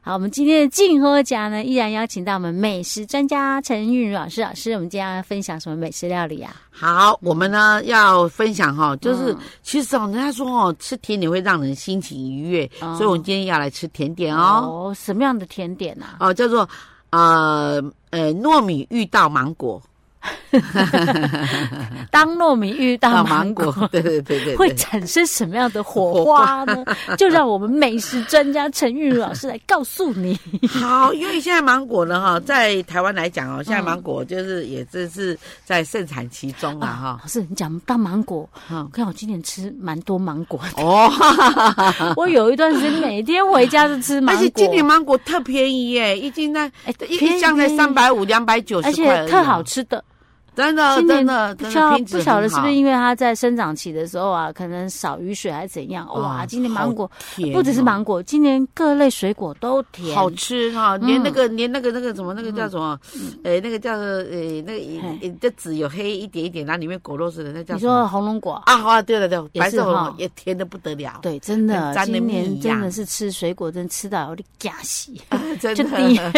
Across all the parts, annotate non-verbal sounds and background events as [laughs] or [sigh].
好，我们今天的静候家呢，依然邀请到我们美食专家陈韵如老师。老师，我们今天要分享什么美食料理啊？好，我们呢要分享哈、就是、嗯其实哦，人家说哦，吃甜点会让人心情愉悦，哦所以我们今天要来吃甜点哦，哦，什么样的甜点啊？哦、叫做呃呃糯米遇到芒果，当糯米遇 [laughs] 到啊芒果，啊对对对对会对。产生什么样的火花 [laughs] 呢？就让我们美食专家陈韵如老师来告诉 [laughs] 你。好，因为现在芒果呢，哈，在台湾来讲哦，现在芒果就是也正是在盛产其中啊，哈、老师，你讲到芒果，嗯我看我今年吃蛮多芒 [laughs] 果的，哦，哈哈哈哈我有一段时间每天回家就吃芒 [laughs] 而果，且今年芒果特便宜耶，一斤在哎一便宜一箱才三百五、两百九而十且块而已哦特好，吃的。哦真的今年真的不真晓的得品质不晓得很是不好是因为它在生长期的时候啊，可能少雨水还是怎样？哇，哦今年芒果好甜哦不只是芒果，今年各类水果都甜。好吃哈，连嗯那个连那个那个什么那个叫什么，呃，那个叫呃那嘿个这籽有黑一点一点，然后里面果肉似的，那叫你什么说红龙果，啊？好啊，对了对了，也白是色哈红也甜的不得 [laughs] 了，对，真的跟，沾的今蜜年一真的样是吃水果，真吃到有点假喜。 [laughs] 真就低的。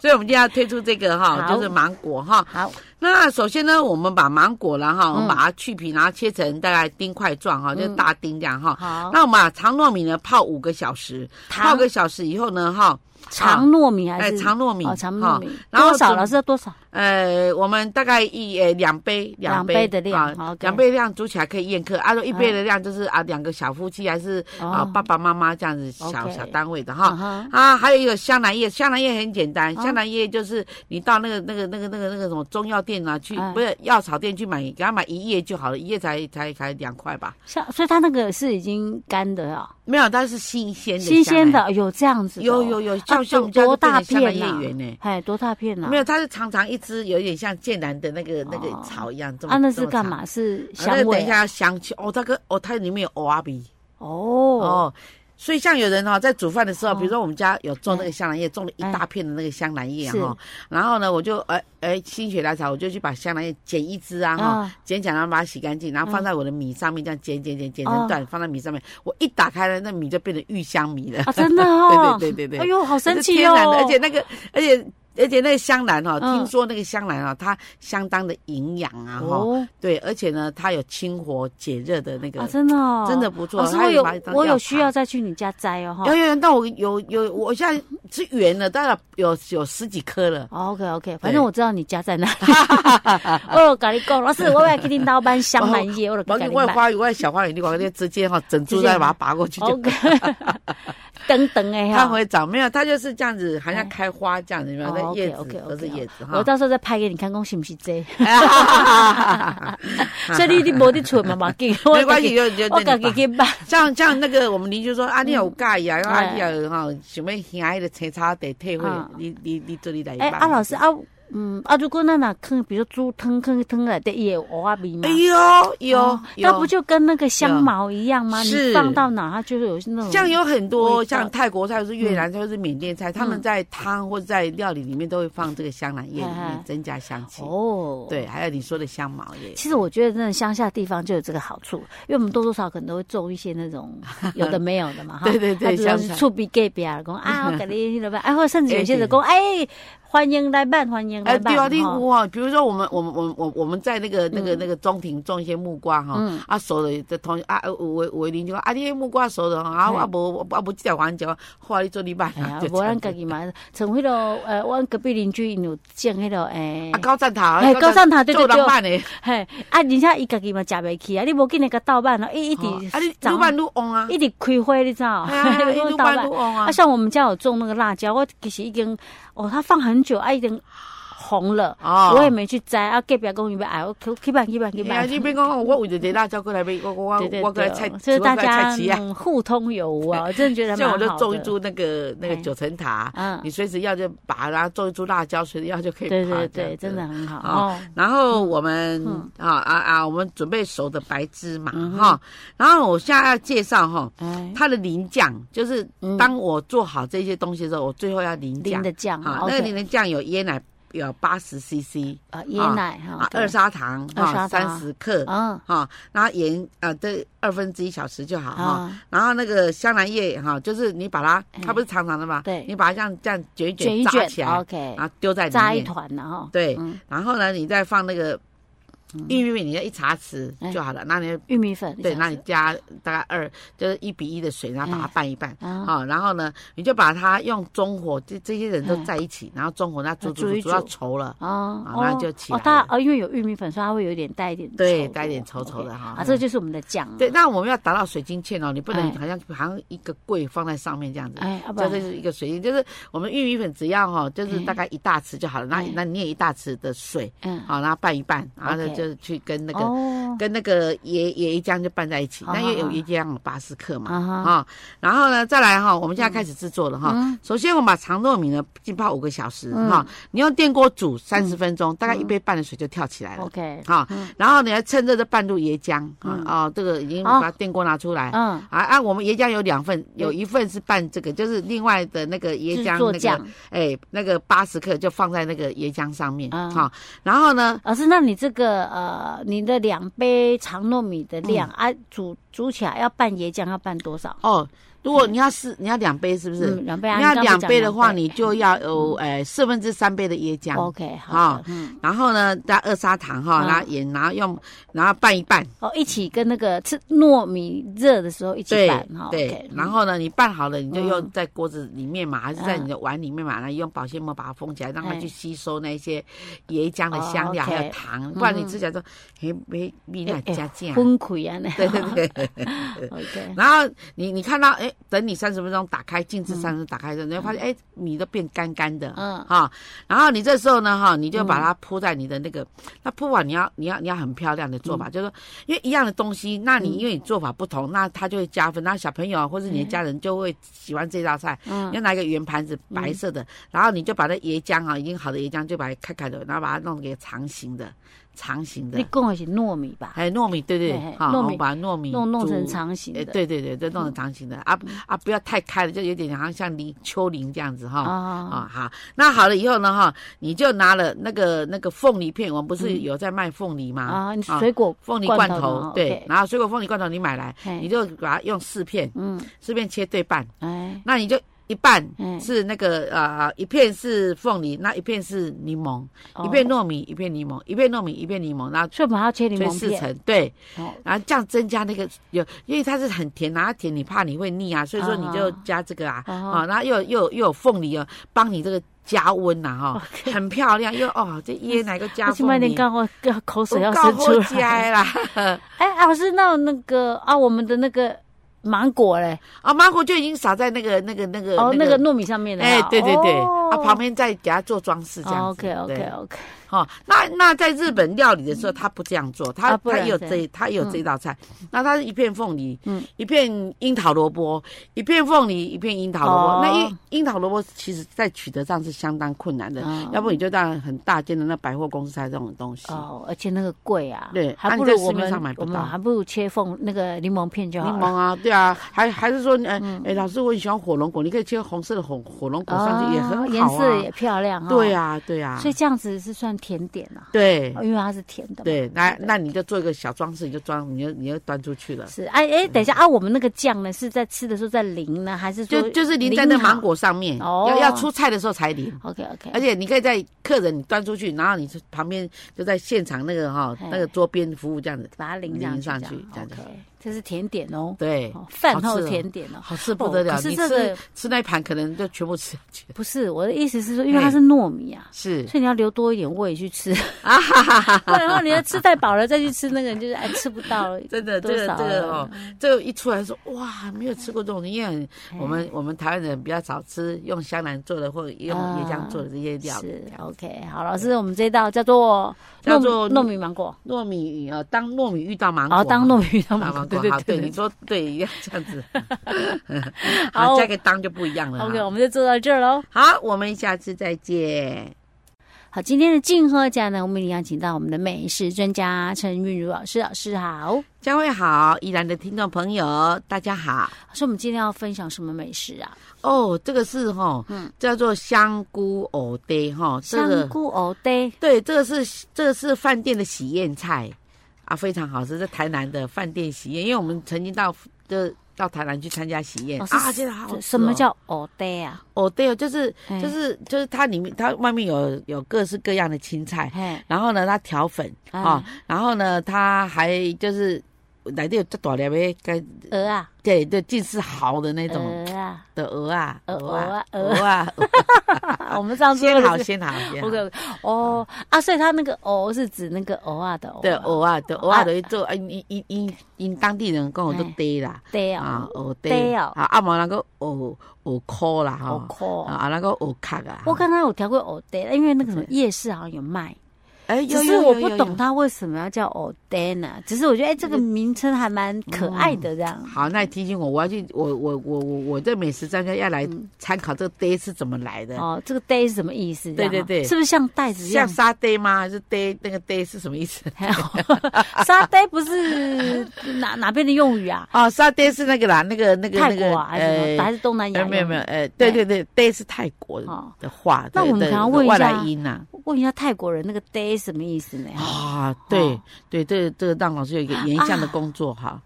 所以我们今天要推出这个哈，好就是芒果哈。好，那首先呢，我们把芒果然后嗯我们把它去皮，然后切成大概丁块状哈，就嗯大丁这样哈。好，那我们把长糯米呢泡五个小时，泡糖个小时以后呢，哈，长糯米还哎，是长糯米，哦，长哈糯米然后多少？准老师要多少？呃，我们大概一呃两杯，两杯杯的量啊 OK，两杯量煮起来可以宴客。啊，如果一杯的量就是啊两个小夫妻还是啊哦爸爸妈妈这样子小 OK 小单位的啊哈。哈，啊，还有一个香兰叶，香兰叶很简单，哦香兰叶就是你到那个那个那个那个那个什么中药店啊去哎，不是药草店去买，给他买一叶就好了，一叶才才才两块吧。像所以它那个是已经干的啊，没有，它是新鲜的，新鲜，的有这样子的哦，有有有，像啊像我们家多就变大成香兰片叶呐园呢。哎，多大片呐？没有，它是长长一支，有点像剑兰的那个那个哦草一样，这么啊，那是这么干长嘛？是啊香那个等味一啊、下要香气哦，它跟哦，它里面有欧阿比哦。哦。所以像有人哈、在煮饭的时候，哦哎比如说我们家有种那个香兰叶，种了一大片的那个香兰叶啊是哈、然后呢，我就哎哎心血来潮，我就去把香兰叶剪一支啊哈、啊剪起来然后把它洗干净，然后放在我的米上面，这样剪剪剪剪嗯哦成段，放在米上面。我一打开呢，那米就变成玉香米了。啊，真的哦， [laughs] 对对对对对哎呦，好神是奇天哦然的，，而且那个，而且而且那个香兰哈、嗯听说那个香兰啊，它相当的营养啊哈、哦对，而且呢，它有清火解热的那个，啊，真的哦，真的不错老师，它我也有把它当我有药需要材再去你家摘哦，哈有。有有，那我有有，我现在是圆的，大概有有十几颗了。 OK OK，反正我知道你家在哪里。 [laughs] 我有跟你讲，老师，我要给你老板香兰叶，我有把跟哦你你外买。花园、外小花园，你把那直接哈整株直接再把它拔过去就， OK，等等 [laughs] 哎它哈，会长。没有，它就是这样子，好哎像开花这样子，有没有？哦那叶子 OK，OK，OK，都是叶子我哈。到时候再拍给你看，讲是不是这？ [laughs] 哈所以你你没得存嘛嘛，给我 [laughs] 没关自系，己，就就我自那己你拔去买。像像那个我们邻居说啊，你有盖呀，然后啊哎你有哈，想要行那个青草地退会嗯，你你你这里来一哎、把啊，老师啊，嗯啊，如果那那坑，比如猪汤坑汤来的也有蚵仔味吗？哎呦有哦，那有不就跟那个香茅一样吗？是你放到哪，它就有那种像有很味多道嗯像泰国菜、或是越南菜、或是缅甸菜，他们在汤或者在料理里面都会放这个香兰叶，里哎哎面增加香气。哦，。对，还有你说的香茅叶，其实我觉得，真的乡下地方就有这个好处，因为我们多多少少可能都会种一些那种 [laughs] 有的没有的嘛，哈。对对对啊主要乡是下厝边隔壁啊，讲啊，我给你那个 [laughs] 办，啊，或者甚至有些人讲，哎，欢迎来办，欢迎来哎，办。对啊，你哈哇，比如说我们我们我们我我们在那个那个那个中庭种一些木瓜哈嗯，啊熟了的同啊，呃我我邻居说啊，你那木瓜熟了哈，啊嘿啊无啊无这条环节，后来你做你办哎呀就，无这样咱子家己嘛，从迄个呃，阮隔壁邻居因有种迄个诶啊，高赞塔哎，，高山塔对做对对人，办的，嘿，啊，而且伊家己嘛食袂起啊，你无见那个豆瓣哦，伊一直哦啊你长愈办愈旺啊， [laughs] 一直开花，你知 [laughs] 道？哎呀，哎呀那愈个办愈旺啊啊，，像我们家有种那个辣椒，我其实已经哦，它放很久，啊，已经红了，哦我也没去摘啊，隔壁公园要哎，我去去办去办去哎呀，办。你别讲，我为着这辣椒过来买，我我对对我我过来对菜，，就是我大过来家菜齐啊。嗯互通有无啊，我真的觉得蛮像好我 [laughs] 的。就种一株那个那个哎九层塔，嗯，你随时要就拔，然后种一株辣椒，随时要就可以对拔对这样对，子真的。很好哦哦。然后我们嗯啊啊啊，我们准备熟的白芝麻嗯哼哈，然后我现在要介绍哈，哎，它的淋酱，就是嗯当我做好这些东西的时候，我最后要淋淋酱的酱哦啊， ，OK 那个淋的酱有椰奶有八十 CC 啊，椰奶哈啊，，二砂糖二砂糖哈三十克啊哈，然后盐啊，这二分之一小时就好哈。啊，然后那个香兰叶哈，就是你把它哎，它不是长长的嘛，对你把它这样这样卷一卷卷一扎卷起来， ，OK，然后丢在里扎一面，团然后对嗯然后呢，你再放那个玉米，你要一茶匙哎就好了。那你玉米粉，对，想那吃你加大概二，就是一比一的水，然后把它哎拌一拌。啊，好、然后呢，你就把它用中火，这这些人都嗯啊在一起，然后中火，那煮煮煮一煮到煮稠了，哦，好啊那就起哦来，它了哦，因为有玉米粉，所以它会有一点带一点对稠度带一点稠稠的 OK 哈嗯啊，这个就是我们的酱啊，对，那我们要达到水晶芡哦，你不能哎好像好像一个柜放在上面这样子。哎，要不这然就是一个水晶，就是我们玉米粉只要哈、哦，就是哎大概一大匙就好了。那哎那你也一大匙的水，嗯，好，然后拌一拌，然后呢 OK 就去跟那个、哦，跟那个椰椰浆就拌在一起。好那因为好有好椰浆八十克嘛，啊哈，啊、然后呢，再来哈、我们现在开始制作了哈、嗯首先，我们把长糯米呢浸泡五个小时哈、嗯你用电锅煮三十分钟、大概一杯半的水就跳起来了。 ，OK，哈、嗯然后你要趁热的拌入椰浆啊、嗯哦，这个已经哦把电锅拿出来。嗯，啊啊！我们椰浆有两份，有嗯一份是拌这个，就是另外的那个椰就是浆做那酱个，，哎，那个八十克就放在那个椰浆上面啊哈、然后呢，老师，那你这个呃，你的两杯长糯米的量嗯啊，煮煮起来要拌椰浆要拌多少？哦，如果你要是你要两杯，是不是？嗯嗯，两杯啊，你要刚刚两不讲嗯杯的话，你就要有呃四分之三杯的椰浆。 OK 好的，嗯，然后呢，加二砂糖哈，嗯然后盐，然后用，然后拌一拌，哦，一起跟那个吃糯米热的时候一起对拌哈，对 OK，。然后呢，你拌好了，你就嗯用在锅子里面嘛，还是在嗯你的碗里面嘛，然后用保鲜膜把它封起来，让它哎去吸收那些椰浆的哦香料 OK 还有糖，不然你嗯哎吃起来说嘿没米奶加酱。崩溃啊那样，对对对， ，OK，然后你你看到哎，等你三十分钟打开，静置三十打开的时候，你会发现哎，米都变干干的，嗯哈、然后你这时候呢，哈，你就把它铺在你的那个，那铺完你要你要你要很漂亮的做嗯法，就是说，因为一样的东西，那你因为你做法不同，那它就会加分，那小朋友啊或是你的家人就会喜欢这道菜。你嗯，要拿一个圆盘子，白色的，然后你就把那椰浆啊，已经好的椰浆就把它开开的，然后把它弄给长形的，长形你的，供的是糯米吧？还有糯米，对对嘿嘿，好，糯我米们把糯米弄弄成煮长形哎，的，嗯对对对，就弄成长形的啊啊，不要太开了，就有点好像像林丘陵这样子哈。啊，啊、好，那好了以后呢，哈，你就拿了那个那个凤梨片，我们不是有在卖凤梨吗？嗯啊，你水果凤梨罐罐头嘛头，对 OK，然后水果凤梨罐头你买来，嘿你就把它用四片，嗯，四片切对半，哎，那你就一半嗯是那个呃一片是凤梨，那一片是柠檬，一片哦，糯米，一片柠檬，一片糯米，一片柠檬，然后所以我们还要切柠推檬四片，层，对，哦然后这样增加那个有，因为它是很甜，然后甜你怕你会腻啊，所以说你就加这个啊，啊啊，然后又有又有又有凤梨哦，帮你这个加温呐哈，很漂亮，又哦这椰奶个加我去买凤点梨，干我口水要告生出后来。加啦， [laughs] [laughs] 哎，啊老师，那那个啊，我们的那个芒果嘞，啊，芒果就已经撒在那个那个呃那个哦，那个糯米上面的啊，哎，对对对，哦啊，旁边再给它做装饰这样子。 OK OK 对 OK，哦，那那在日本料理的时候，他不这样做，嗯他啊不他然有怎这他有这道菜，那它是一片凤梨，嗯嗯，一片樱桃萝卜，一片凤梨，一片樱桃萝卜。哦那樱樱桃萝卜其实在取得上是相当困难的，嗯要不你就到很大间的那百货公司才这种东西。哦，而且那个贵啊，对还啊不你在如市我面们上买不我们到还不如切凤那个柠檬片就柠好檬了。啊，[laughs] 对啊，还还是说，哎、嗯哎、老师，我很喜欢火龙果，你可以切红色的红火龙果上去，也很好啊。哦颜色也漂亮哈。对啊，对啊，所以这样子是算甜点啊，对因为它是甜的嘛。对，那对那你就做一个小装饰，你就装，你就你就端出去了。是哎哎，嗯等一下啊，我们那个酱呢是在吃的时候在淋呢，还是说就就是淋在那好芒果上面，哦哎要要出菜的时候才淋。 ？OK OK，而且你可以在客人你端出去，然后你就旁边就在现场那个哈、嘿那个桌边服务这样子，把它淋上淋上去去这样这 OK，这是甜点哦，对，哦饭好后吃哦甜点哦。好吃不得哦了。可是你这个吃吃那一盘可能就全部吃下去了。不是我的意思是说，因为它嘿是糯米啊，是所以你要留多一点胃去 [laughs] 吃，啊不然的话你要吃太饱了再去吃那个，你就是哎吃不 [laughs] 到了。真的，这多个少啊这个哦了，这个一出来说哇，没有吃过这种，因为很哎我们我们台湾人比较少吃用香兰做的或者用啊椰浆做的这些料理是。OK，好，老师，我们这一道叫做叫糯做糯米芒果，糯米呃，当糯米遇到芒果嘛，哦，当糯米遇到大芒芒果，果，对好对对，你对。说对，要这样 [laughs] 子，好好，加个当就不一样了 OK，哈。我们就做到这儿喽。好，我们下次再见。好，今天的静喝家呢，我们一样请到我们的美食专家陈韵如老师，老师好。佳慧好，宜兰的听众朋友大家好。老师，我们今天要分享什么美食啊？哦，这个是哈、叫做香菇藕堆哈，这嗯香个菇藕堆，对，这个是这个是饭店的喜宴菜啊，非常好吃，是台南的饭店喜宴，因为我们曾经到就到台南去参加喜宴、哦是啊，真的好好吃哦、什么叫藕堆啊？藕堆哦？就是哎就是就是它里面它外面有有各式各样的青菜，嘿，然后呢它调粉啊、然后呢它还就是。来有这大粒的，该鹅啊，对对，近似蚝的那种鹅啊，的鹅啊，鹅鹅鹅啊，啊 [laughs] 我们上次鲜问的蚝是鲜蚝鲜蚝， OK，哦啊，所以它那个藕是指那个藕啊的藕啊，对，蚵啊，对，蚵啊，啊就是做，啊，因因因因当地人讲我都嘿对啦，对啊啊，，蚵对对，哦啊，啊，无那个蚵蚵壳啦，好吼，酷哦。啊啊，那个蚵壳啊，我刚刚有调过藕堆，因为那个什么夜市好像有卖，哎，只有是我不，有有嗯懂有它为什么要叫藕堆呢？只是我觉得哎，这个名称还蛮可爱的这样有。好，那你提醒我，我要去，我我我我我这美食专家要来参考这个堆是怎么来的，嗯哦，这个堆是什么意思？这样啊对对对是不是像袋子一像 [laughs] 样？哎沙堆吗？还是堆那个堆是什么意思？ [laughs] 沙堆不是哪哪边的用语啊？ [laughs] 哦，沙堆是那个啦，那个那个泰那国个，啊，还是什么？还呃，是东南亚用呃语？没有没有，呃，对对对，堆是泰国哦的话，那对我们对可能要问一外来下音呐。问一下泰国人那个 day 什么意思呢？哦啊，对对，这个这个让老师有一个研项的工作哈。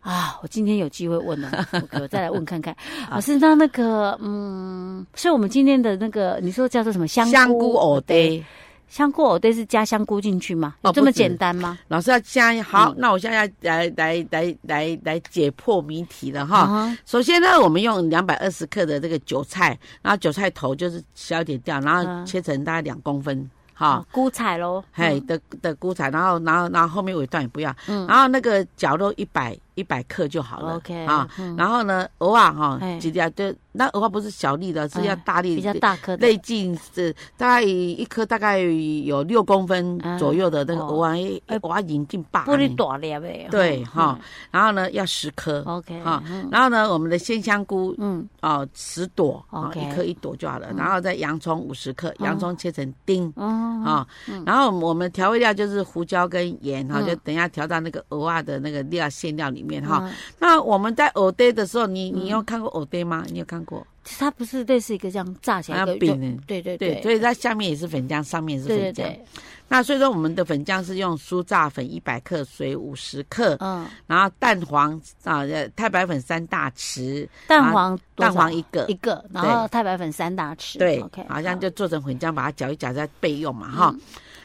啊，我今天有机会问了 [laughs] ，OK，我再来问看看。啊老师，那那个，嗯，所以我们今天的那个，你说叫做什么香香菇哦藕堆？堆，香菇藕堆是加香菇进去吗？哦有这么不止简单吗？老师要加好，嗯那我现在要来来来来来解破谜题了哈。啊，首先呢，我们用两百二十克的这个韭菜，然后韭菜头就是削点掉，然后嗯哦切成大概两公分哈好，，菇菜嗯喽，啊嘿的的菇菜，然后然后然后后面尾段也不要，嗯然后那个绞肉一百一百克就好了 OK，啊嗯。然后呢，偶尔哈嘿几条就那偶尔不是小粒的，是要嗯大粒比较大颗的，内径是大概一颗大概有六公分左右的那个啊鹅丸，一哎鹅丸引进坝不呢能大粒的。对嗯哈，然后呢要十颗嗯，，OK，啊嗯然后呢我们的鲜香菇嗯，哦十朵啊， OK 嗯一颗一朵就好了，然后再洋葱五十克，洋葱切成丁。哦，啊，然后我们调味料就是胡椒跟盐哈，嗯就等一下调到那个鹅啊的那个料馅料里面哈。嗯，那我们在藕堆的时候，你你有看过藕堆吗？你有看过？其实它不是类似一个这样炸起来好一个像饼肉呢对对对，所以它下面也是粉浆，上面也是对对粉浆。对，那所以说，我们的粉浆是用酥炸粉一百克，水五十克，嗯，然后蛋黄啊，呃，太白粉三大匙，蛋黄多蛋少黄一个一，个，然后太白粉三大匙。对 o k 好像就做成混浆，把它搅一搅再备用嘛，嗯哈。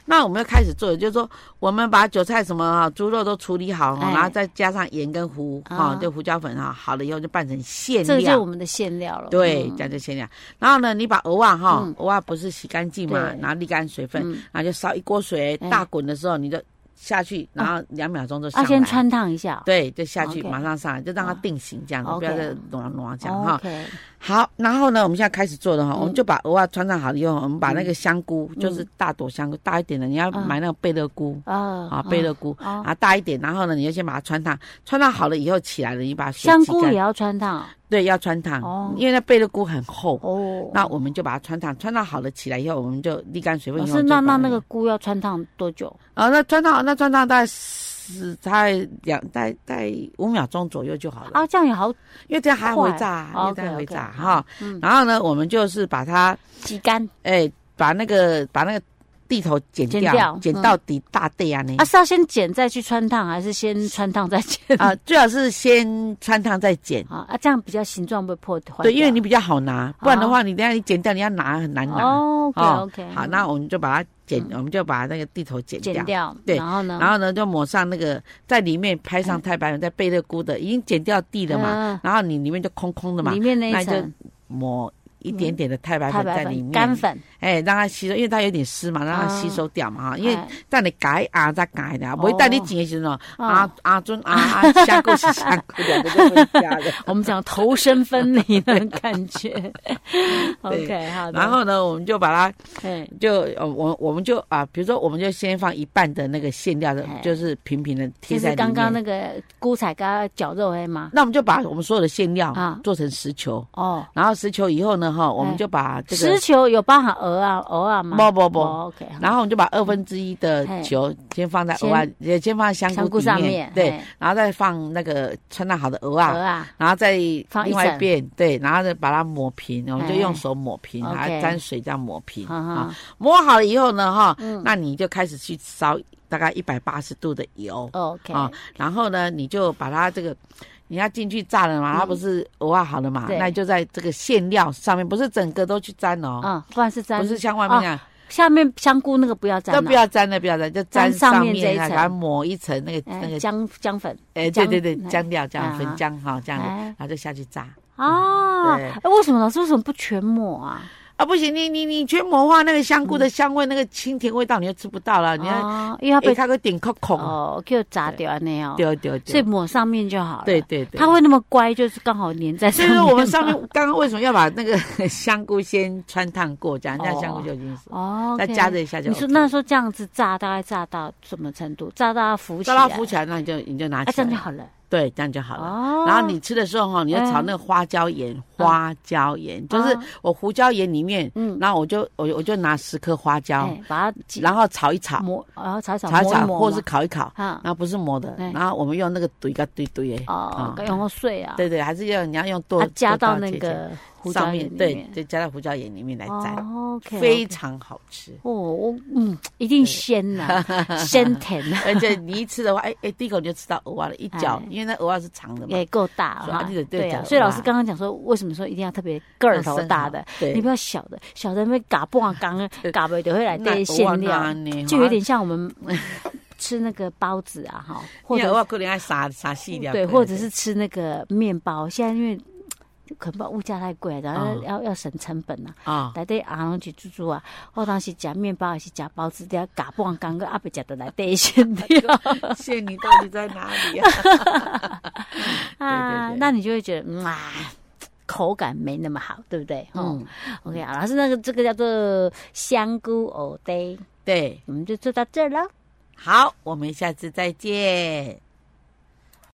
那我们要开始做的，就是说，我们把韭菜什么啊猪肉都处理好哈，哎然后再加上盐跟胡哈啊，就胡椒粉哈，好了以后就拌成馅这个就是我料。们的馅料了。对，嗯这样就馅料。然后呢，你把鹅啊哈嗯，鹅啊不是洗干净嘛，对然后沥干水分，嗯，然后就烧一锅水，哎大滚的时候你就下去，然后两秒钟就上要啊来。先穿烫一下。对，就下去， OK 啊马上上来，就让它定型这样子， OK 不要再暖暖啊这样哈。 ，OK，好，然后呢，我们现在开始做了哈，嗯我们就把鹅啊穿上好了以后，我们把那个香菇，嗯就是大朵香菇，大一点的，你要嗯买那个贝勒菇啊啊，贝勒菇啊，啊，大一点，然后呢，你就先把它穿烫，穿烫好了以后起来了，你把它水香挤菇干也要穿烫对，要穿烫哦，因为那贝勒菇很厚，哦。那我们就把它穿烫，穿烫好了起来以后，我们就沥干水分老以后师，就哦那把那它。那个菇要穿烫多久？啊，那穿到那穿到大概十大概两大概大概五秒钟左右就好了，啊，这样也好因为这样还会炸啊，快因为这样还会 OK，OK，炸好哈。嗯然后呢，我们就是把它挤干哎，把那个把那个地头剪剪掉，掉剪嗯到底大地啊呢啊？是要先剪再去穿烫，还是先穿烫再剪？ [laughs] 啊，最好是先穿烫再剪，啊啊，这样比较形状不会破坏掉。对，因为你比较好拿，不然的哦话你等一下你剪掉你要拿很难拿。哦，OK 哦 OK，好，那我们就把它剪，我们就把那个地头剪剪掉。掉，嗯对然后呢？然后呢，就抹上那个，在里面拍上太白粉，在贝勒菇的，已经剪掉地了嘛，嗯然后你里面就空空的嘛里，面那那一就层抹一点点的太白太粉白在里粉、嗯面，干，粉，嗯哎，让它吸收，因为它有点湿嘛，让它吸收掉嘛哈。啊因为哎但你改啊，再改的，不哦会带你剪的时候，哦啊啊尊 [laughs] 啊啊，香菇是香菇，两个都分家的。我们讲头身分离的感 [laughs] 觉。OK，好的。然后呢，我们就把它哎，就呃我我们就啊，比如说我们就先放一半的那个馅料的哎，就是平平的贴就在是里刚面。刚那个菇彩跟绞肉黑吗？那我们就把我们所有的馅料啊做成石球，哦，然后石球以后呢，哈，我们就把这石个球有包含鹅鹅啊，鹅啊嘛，不不不哦，OK，好然后我们就把二分之一的嘿球先放在先鹅啊，也先放在香香菇菇底上面面，，对嘿，，然后再放那个穿烫好的鹅鹅啊，啊，然后再放一另外一层遍，对，然后再把它抹平，我们就哎用手抹平，然后 OK 沾水这样抹平哈啊哈。，抹好了以后呢，哈，嗯那你就开始去烧大概一百八十度的油， ，OK，啊然后呢，你就把它这个。你要进去炸了嘛？它不是鹅啊好了嘛？嗯对那就在这个馅料上面，不是整个都去沾哦，嗯，不然是沾不是像外面那样，下面香菇那个不要沾啊都了，不要沾的，不要沾，就沾沾上上面这面一啊，层给它抹一层那个哎那个，姜姜粉，哎，对姜对对，哎姜料这样粉啊浆哈，这样子，哎然后就下去炸。啊，嗯对哎，为什么老师为什么不全抹啊？啊，不行，你你你全魔化那个香菇的香味，那个清甜味道你就吃不到了。你看，嗯哦，因为它哎，被它个顶扣孔，哦给我炸掉那样，啊对对所以对，抹上面就好了。对，对对。它会那么乖，就是刚好粘在所上以面说吗。我们上面刚刚为什么要把那个香菇先穿烫过，这样这样哦香菇就已经熟， [laughs] 哦，再加热一下就你 OK。说那时候这样子炸，大概炸到什么程度？炸到它浮起到来，它浮起来，那你就你就拿啊，起这样就来，好了。对，这样就好了。哦嗯然后你吃的时候哈，你就炒那个花椒盐，花椒盐就是啊我胡椒盐里面，嗯，然后我就我我就拿十颗花椒，哎，把它挤然后炒一炒，磨，然后炒一炒，炒一磨一炒，磨或嘛是烤一烤，啊然，后不是磨的，对然后我们用那个堆个堆堆诶，哦，嗯用后碎啊，对对，还是要你要用多它加多到刀那切切个胡椒上面盐，里对面，就加到胡椒盐里面来哦蘸， ，OK，非常好吃。哦，我嗯，一定鲜呐，鲜甜 [laughs] 呐，而且你一吃的话，哎哎，第一口你就吃到鹅啊了，一嚼哎，因为那鹅啊是长的嘛也，够大所以啊哈你得，对对角啊，所以老师哇刚刚讲说，为什么说一定要特别个要儿头生大蚝的，对你不要小的，小的会嘎半 [laughs] 缸，嘎不就会来那带蚵仔馅料，哪呢就有点像我们 [laughs] 吃那个包子啊，哈，因或为鹅者啊可能爱撒撒细啊一点，对，或者是吃那个面包。现在因为可能不知道物价太贵，然后嗯要、要省成本啊。 [laughs] 啊，来对阿龙去煮煮啊，我当时夹面包还是夹包子，都要嘎半缸个阿伯夹的来带馅料谢你到底在哪里啊？啊，那你就会觉得嗯啊，口感没那么好，对不对？嗯嗯， ，OK 啊，老师那个这个叫做香菇藕呆，对，我们就做到这儿了。好，我们下次再见。